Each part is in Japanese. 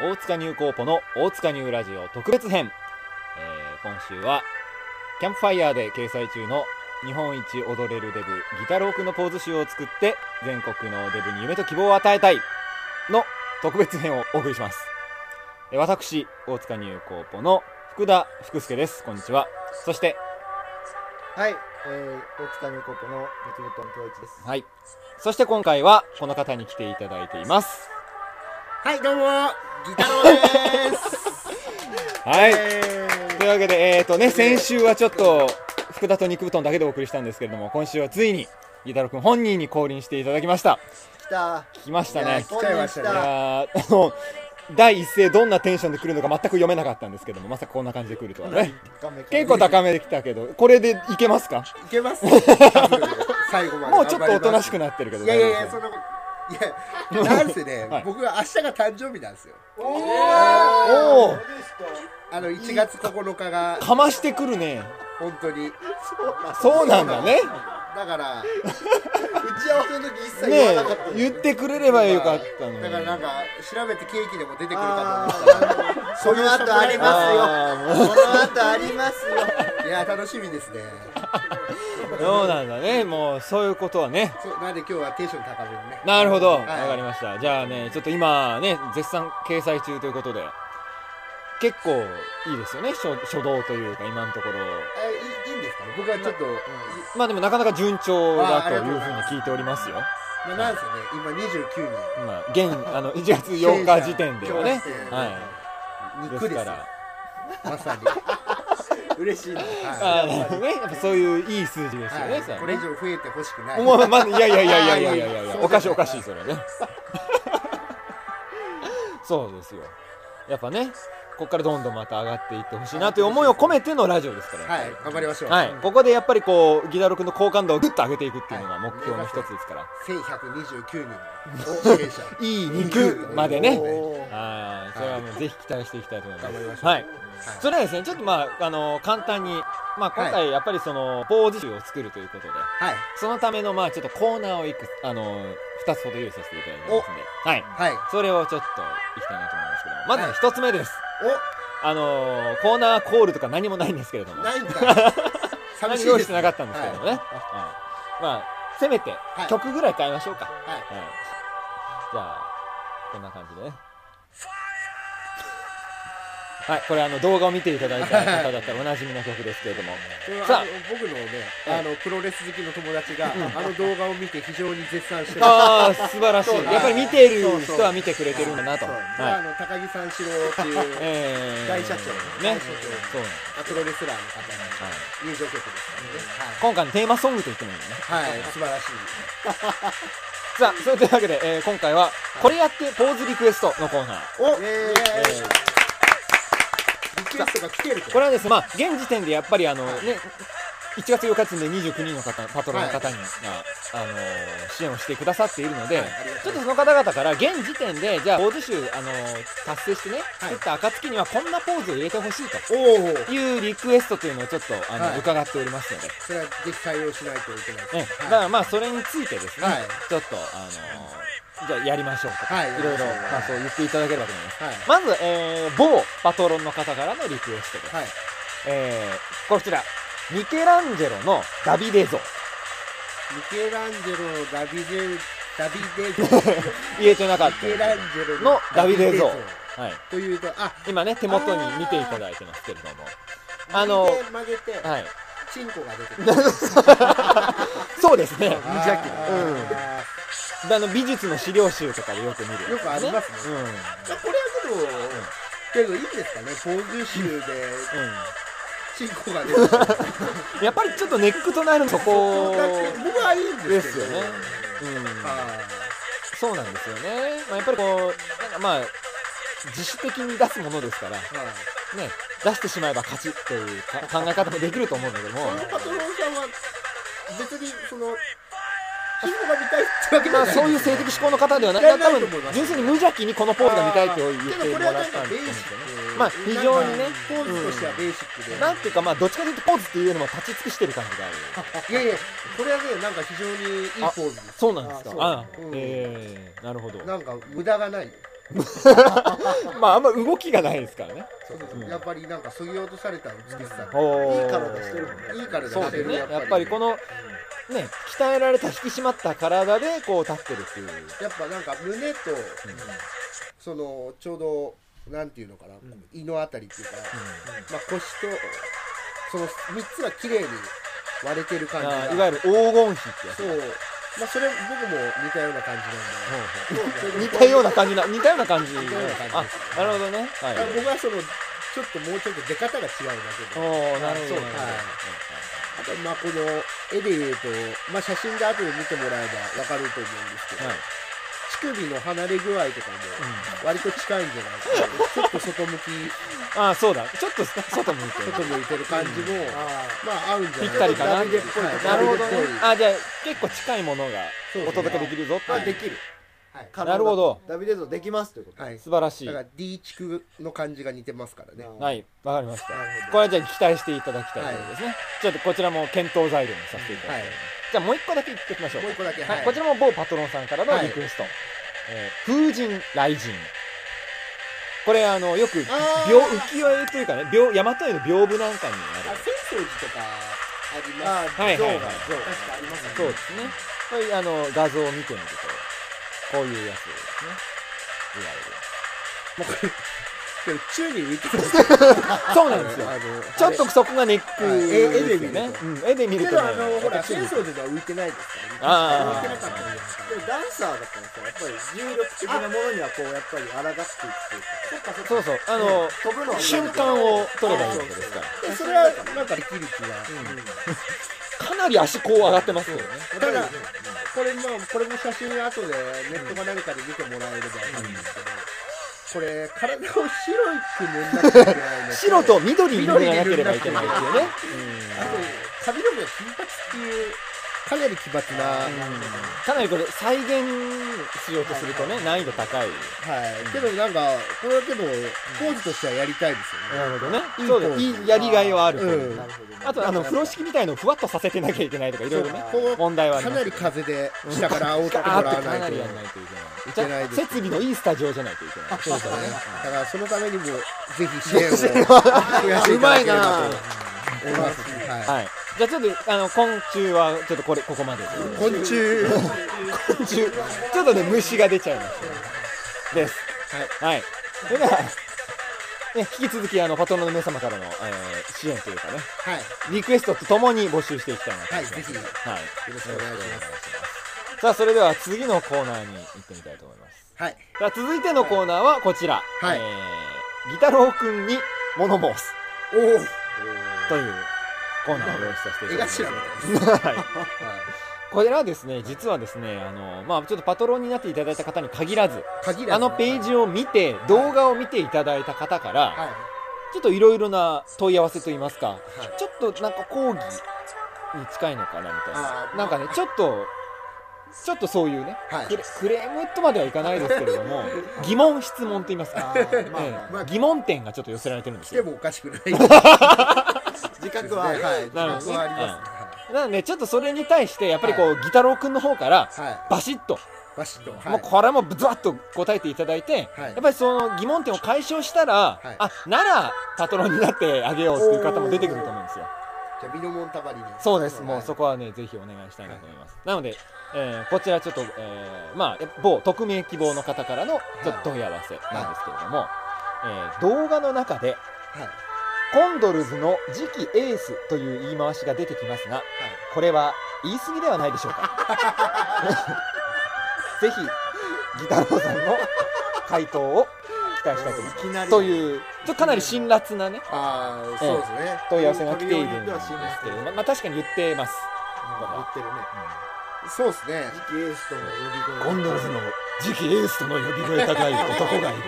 大塚ニューコーポの大塚ニューラジオ特別編、えー今週はキャンプファイヤーで掲載中の日本一踊れるデブギタロークのポーズ集を作って全国のデブに夢と希望を与えたいの特別編をお送りしますえー私大塚ニューコーポの福田福助ですこんにちはそしてはい、えー、大塚美子子の松本恭一です。はいそして今回はこの方に来ていただいていますはい、どうも、ギタローです。はい、えというわけで、えーとね、先週はちょっと福田と肉布団だけでお送りしたんですけれども今週はついにギタロ君本人に降臨していただきましたー、来た。来ましたね来ちゃいましたいねやーあの第一声どんなテンションで来るのか全く読めなかったんですけどもまさかこんな感じで来るとはね高め結構高めで来たけどこれでいけますかいけます。最後まで。 もうちょっとおとなしくなってるけどいやいやい大や、丈そ夫んなこと。いや、なんせね、はい僕は明日が誕生日なんですよ。おーあの1月9日がかましてくるね本当に。そうなんだねだか打ら、ち合わせの時一切ね言わなかったえ言ってくれればよかったのにだからなんか調べてケーキでも出てくるかと思ったら あーその後ありますよ。あーもうその後ありますよ。いや、楽しみですね。そうなんだねもうそういうことはねそう、なんで今日はテンション高めにね。なるほど、わはいかりました。じゃあね、ちょっと今ね、絶賛掲載中ということで、結構いいですよね、初初動というか、今のところ。あいいいいんですかね。僕はちょっと、いまあでもなかなか順調だああとりいうふうにがとうございます聞いておりますよ。まあなんせね、今29人。まあ、現、 あの、1月8日時点ではね今日時点で、はい。肉でですすかよら、まさ に。嬉しいな。あのね、やっぱそういういい数字ですよね、それこれ以上増えてほしくない。お前まずいやいやいやいやいやいやいやいいややそうじゃないおかしいおかしいそれはねそうですよやっぱねここからどんどんまた上がっていってほしいなという思いを込めてのラジオですから、はい、頑張りましょう。はい、ここでやっぱりこうギダロ君の好感度をグッと上げていくっていうのが目標の一つですから、 1129人を経営者。い、い肉までねおーはいそれはもうぜひ期待していきたいと思います頑張りましょうはいそれはですねちょっとまああの簡単に、まあ、今は回やっぱりそのポーズ集を作るということではい、そのためのまあちょっとコーナーをいくつあの2つほど用意させていただいてますんではいはい。それをちょっといきたいなと思うんですけどもまはずい一つ目です、あのーコーナーコールとか何もないんですけれどお、もない んか。寂何しい用意でしすてなかったんですけどもね、ははいまあせめてい曲ぐらい変えましょうか、いはい。はいじゃあこんな感じでねはいこれあの動画を見ていただいた方だったらおなじみの曲ですけれ どもこれはさああの僕のね、はいあのプロレス好きの友達が、あの動画を見て非常に絶賛してます。 ああ素晴らしいそうだやっぱり見ている人は見てくれてるんだなとそうまああの高木三四郎っていう、まえー大社長ね大社そ長うなんですあプロレスラーの方のはい入場曲ですからね。今回のテーマソングと言ってもいいよねはい、はい、素晴らしい。さあそうというわけで、えー今回は「これやってポーズリクエスト」のコーナーお、イイエエーーイイリクエストが来てるとこれはですねまあ現時点でやっぱりあのね1月8日時点で29人の方パトロンの方に、があのー支援をしてくださっているので、ありがちとょっうとそのござい方々から現時点でじゃあポーズ集、あのー達成してね、は作いった暁にはこんなポーズを入れてほしいとますおおいうリクエストというのをちょっとあの、はい伺っておりますので、それはぜひ採用しないといけないええですねだからまあそれについてですね、はいちょっとあのーじゃあやりましょうとか、はいいろいろ感想を言っていただければと思いますはまいず、えー、某パトロンの方からのリクエストです。はいえー、こちら、ミケランジェロのダビデ像。ミケランジェロのダビデダビデ像ミ言えてなかった。ケランジェロののダビデ像。ダビはい。というとあ今ね、手元に見ていただいてますけれども。ああのの曲げてはい。チンコが出 てくる無邪そうですね。気だあの、美術の資料集とかでよく見るやつ、よくありますうん。ねこれはけどけどいいんですかねポーズ集でうチンコが出てくるん。やっぱりちょっとネックとなるのそこ僕はいいんでですすけよどね。うん。はいそうなんですよね。まあ、やっぱりこう、なんかまあ、自主的に出すものですから。はいね、出してしまえば勝ちっていうか考え方もできると思うんだけども、そのパトロンさんは別にその金庫が見たいってわけじまゃあ、ないそういう性的思考の方ではない、いやいや多ないと思い分ます純粋に無邪気にこのポーズが見たいと言ってけどもこれはらなっんかたんベですーよねシ。ックまあ非常にねなんかポーズとしてはベーシックで、なんていうか、まあ、どっちかというとポーズっていうよりも立ち尽くしてる感じがある。いやいやこれはねなんか非常にいいポーズですそうなんですか。ああそううんえー、なるほど。なんか無駄がないまああんま動きがないですからねそうそうそううんやっぱりなんかそぎ落とされた美しさ、おーいい体してるもんねいい体そうしですてるねやっぱりやっぱりこのね鍛えられた引き締まった体でこう立ってるっていうやっぱなんか胸と、そのちょうどなんていうのかな、ん胃のあたりっていうか、まあ、腰とその3つが綺麗に割れてる感じあがーいわゆる黄金比ってやつそう、まあ、それ僕も似たような感じなんで似たような感じな似たような感じたような感じあなるほどねはいあ僕はそのちょっともうちょっと出方が違うだけおでおなるほどそうはいあとまあこの絵で言うと、まあ、写真で後で見てもらえば分かると思うんですけど、はい乳首の離れ具合とかも割と近いんじゃないかな、ちょっと外向きあーそうだちょっと外向いてる外向いてる感じも、あまあ合うんじゃぴないったりかなダビデっぽいはいなるほどダねビデっぽいあじゃあ結構近いものがそうお届けできるぞってまあいでうきるあはいなるほどダビデ像できますということはい素晴らしいだから D 地区の感じが似てますからねあはいわかりましたなるほどこれはじゃあ期待していただきたいということですね、ちょっとこちらも検討材料にさせていただきたい、はいじゃあもう一個だけ言っておきましょうもう一個だけはいはいこちらも某パトロンさんからのリクエスト、えー風神雷神これあのよくあー病浮世絵というかね病大和絵の屏風なんかにあある浅草寺とかあありますはい像はがい像はい確かありますねそうですねこういうあの画像を見てみるとこういうやつですねいわけど宙に浮いてますゆるそうなんですよちょっとそこがネックはいですよね、絵で見るうん、絵で見るとけとどねあのほら私浅草寺では浮いてないですからあーね浮いてなかったんですでもダンサーだったらさやっぱり重力的なものにはこうやっぱり抗っていくというかそっかそそっうそうあの、飛ぶのは瞬間を取ればいいわけですからでそれはなんか力力がかなり足こう上がってますよねただこれまあこれも写真後でネットか何かで見てもらえればわかるんですけどこれ体を白く塗んなきゃいけないの白と緑に塗らなければいけないですよねあと髪の毛が金髪っていうかなり奇抜な、かなりこれ再現しようとするとね難易度高いはい、けどなんかこれはけどポーズとしてはやりたいですよね、なるほどねいいそうだポーズいいやりがいはあるといううんなるほどねあとあの風呂敷みたいのをふわっとさせてなきゃいけないとかいろいろねそうこ問題こはありかますなり風で下から煽ってもらガーってわかなないとりやんないといけないいけないです設備のいいスタジオじゃないといけないそうですねだからそのためにもぜひ支援を増やしてういたまだいけれなばとぁ思いますはいはいじゃあちょっとあの今週はちょっとこれここまでという昆虫ちょ ちょっとね虫が出ちゃいましたですはい、それでは、ね、引き続きあのパトロンの皆様からの、えー支援というかねはいリクエストとともに募集していきたいなとはい思ぜひいよますはい、ろしくお願いしますさあそれでは次のコーナーに行ってみたいと思いますはいさあ続いてのコーナーはこちら、はいえー、ギタロウくんに物申すおおというコーナーを用意させていただきま絵した はいこれはですね実はですねあのまあちょっとパトロンになっていただいた方に限らず限らあのページを見て、動画を見ていただいた方から、はいちょっといろいろな問い合わせといいますか、いちょっとなんか講義に近いのかなみたいあな。ーなんかね、ちょっと、ちょっとそういうね、はいクレクレームとまではいかないですけれども、疑問質問といいますか、ーまあええまあ疑問点がちょっと寄せられてるんで来すてよ。もおかしくないですね自覚ははいはい自なるほどね覚はありまなので、ちょっとそれに対して、やっぱりこう、ギタロウくんの方から、すねはいバシッと、バシッとはもうこれもズワッと答えていただいて、はいやっぱりその疑問点を解消したら、はいあ、ならパトロンになってあげようっていう方も出てくると思うんですよ。じゃあミノモンたばりにそうです。はいもうそこはね、ぜひお願いしたいなと思います。なので、えーこちらちょっと、えーまあ、某匿名希望の方からのちょっと問い合わせなんですけれども、えー動画の中で、はいはいコンドルズの次期エースという言い回しが出てきますが、これは言い過ぎではないでしょうかぜひギタロウさんの回答を期待したいと思いますいきなりというちょっとかなり辛辣なねああそうですね問い合わせが来ているんですけ飛び降りてはしれなどいも、まあ、確かに言ってます、言ってるねそうですね次期エースとの呼びコ込ンみドルズの次期エースとの呼び声高い男がいる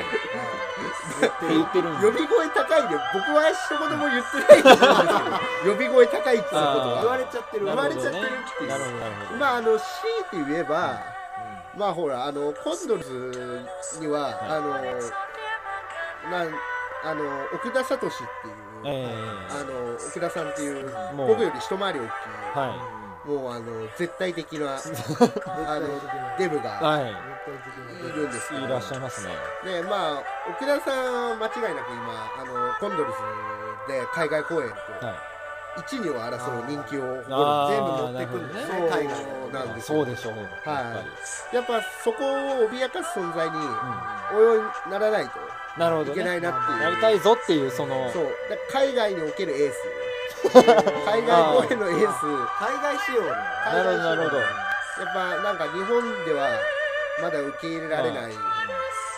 って言ってるんで呼び声高いで僕は一言も言ってないと思うんですけど呼び声高いっていうことあー言わはれちゃってなるる言わほれどちゃってるっていうなるほどなるほどまああの強いて言えばまあほらあのコンドルズにはあのなんあの奥田聡っていうえあの奥田さんっていうもう僕より一回り大きえはいもうあの絶対的なあのデブがはい絶対的にいるんですけどいらっしゃいますね。でまあ奥田さんは間違いなく今あのコンドルズで海外公演とはい。一二を争う人気を誇るあー全部持ってくるんですね海外なんですそようでしょう。やっぱやっぱそこを脅かす存在にり。およいならないうん。なるほとどいけね。ないなっていうやりたいぞっていうその。そうだから海外におけるエースあ海ー外公演のエース海外仕様の海なるほどなるほど。やっぱなんか日本ではまだ受け入れられない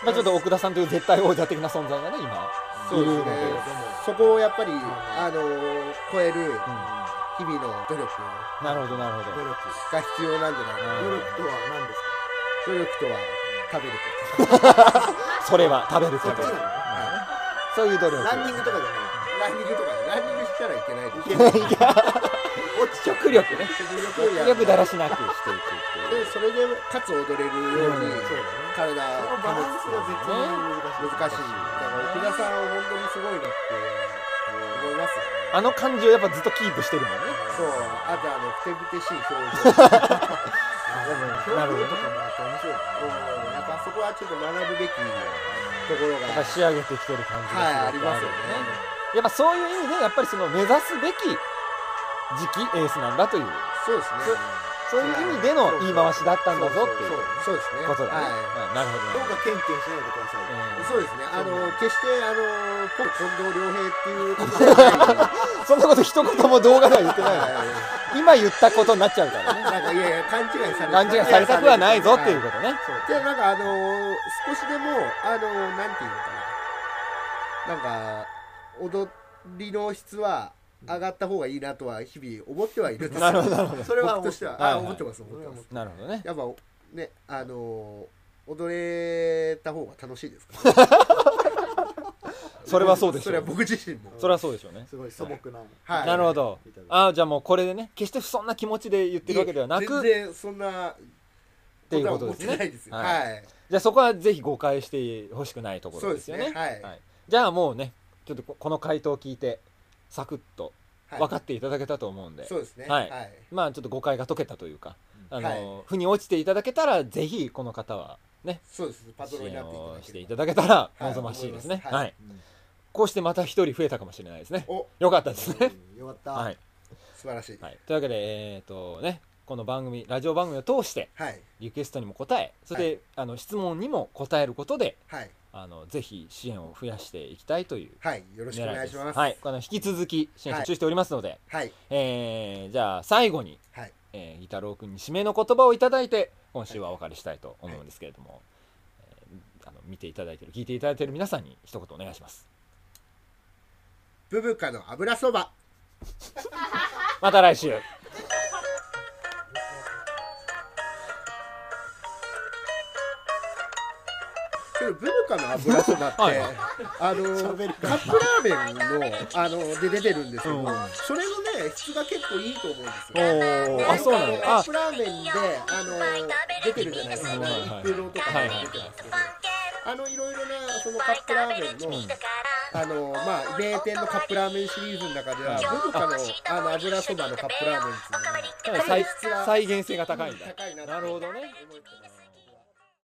まあちょっと奥田さんという絶対王者的な存在がね今。そうですねそこをやっぱりあの超えるうん。日々の努力なるほどなるほ努ど。力が必要なんじゃないかなうん努力とは何ですか努力とは食べるそれは食べるこそっちとな。のそういう努力。ランニングとかじゃないことランニングとかねランニングしたらいけないです落ちちゃう食力ね。食食力だらしなくしていくっていうで。それでかつ踊れるようにそうだね体をそのバランスが保絶妙につ難難ししいいだから奥田さんは本当にすごいなって思いますよねあの感じをやっぱずっとキープしてるもんね。そうあとあのふてぶてしい表情ななるほどるほどねとかもあって面白いうんやっぱそこはちょっと学ぶべきところやっぱが仕上げてきてる感じがはいすありごくますよねやっぱそういう意味でやっぱりその目指すべき次期エースなんだというそうですねそういう意味での言い回しだったんだぞっていうそうそそうですねことだね、はうんなるほどどうねかケンケンしないでください、いうんそうですねあの決してあのポ近藤良平っていうことじゃないんでそんなこと一言も動画では言ってないよは今言ったことになっちゃうからねいなんかいやいや勘違いされ勘違いされたくはないぞっていうはことねじゃあなんかあのー少しでもあのーなんていうのかななんか踊りの質は上がった方がいいなとは日々思ってはいるんですなるほどなるほそれは僕面として白いは、はいあはい思ってます思ってますどなるほどねやっぱねあのー踊れた方が楽しいですかそれはそうでしそれょはう僕自身もそれはそうでしょうねすごい素朴な、はいなるほどああじゃあもうこれでね決して不遜な気持ちで言ってるわけではなく全然そんなていうことですねは思ってないですよはいはいじゃあそこはぜひ誤解してほしくないところですよねそうですねはいじゃあもうねちょっとここの回答を聞いてサクッとはい分かっていただけたと思うんで、そうですねはいはいまあちょっと誤解が解けたというか、あのは腑に落ちていただけたらぜひこの方はねそうですパト支ロンに援なっていたをだけしてれいばただけたらはい望ましいですね思いまはい、すはいうんこうしてまた一人増えたかもしれないですねおよかったですね、うんよかった、 はい素晴らしいはい、というわけでえっ、とねこの番組ラジオ番組を通してはいリクエストにも答えそして、あの質問にも答えることではいあのぜひ支援を増やしていきたいというはいよろしくお願いしますはい、あの引き続き支援はい集中しておりますので、はいえーじゃあ最後に、はいえーギタロー君に締めの言葉をいただいて今週はお別れしたいと思うんですけれども、えーあの見ていただいてる聞いていただいてる皆さんに一言お願いしますブブカの油そばまた来週それブブカの油そばってはいあの喋るカップラーメンのあので出てるんですけど、うんそれのね質が結構いいと思うんですおよーあそうなんだカあップラーメンであの出てるじゃないですか、うんはいはい一風堂とかはいではい出てますけど、あのいろいろなそのカップラーメンの、うんあのまあ名店のカップラーメンシリーズの中では、ブブカのあの油そばのカップラーメンっていうのは再質が再現性が高いんだ高いなってなるほどね思ってます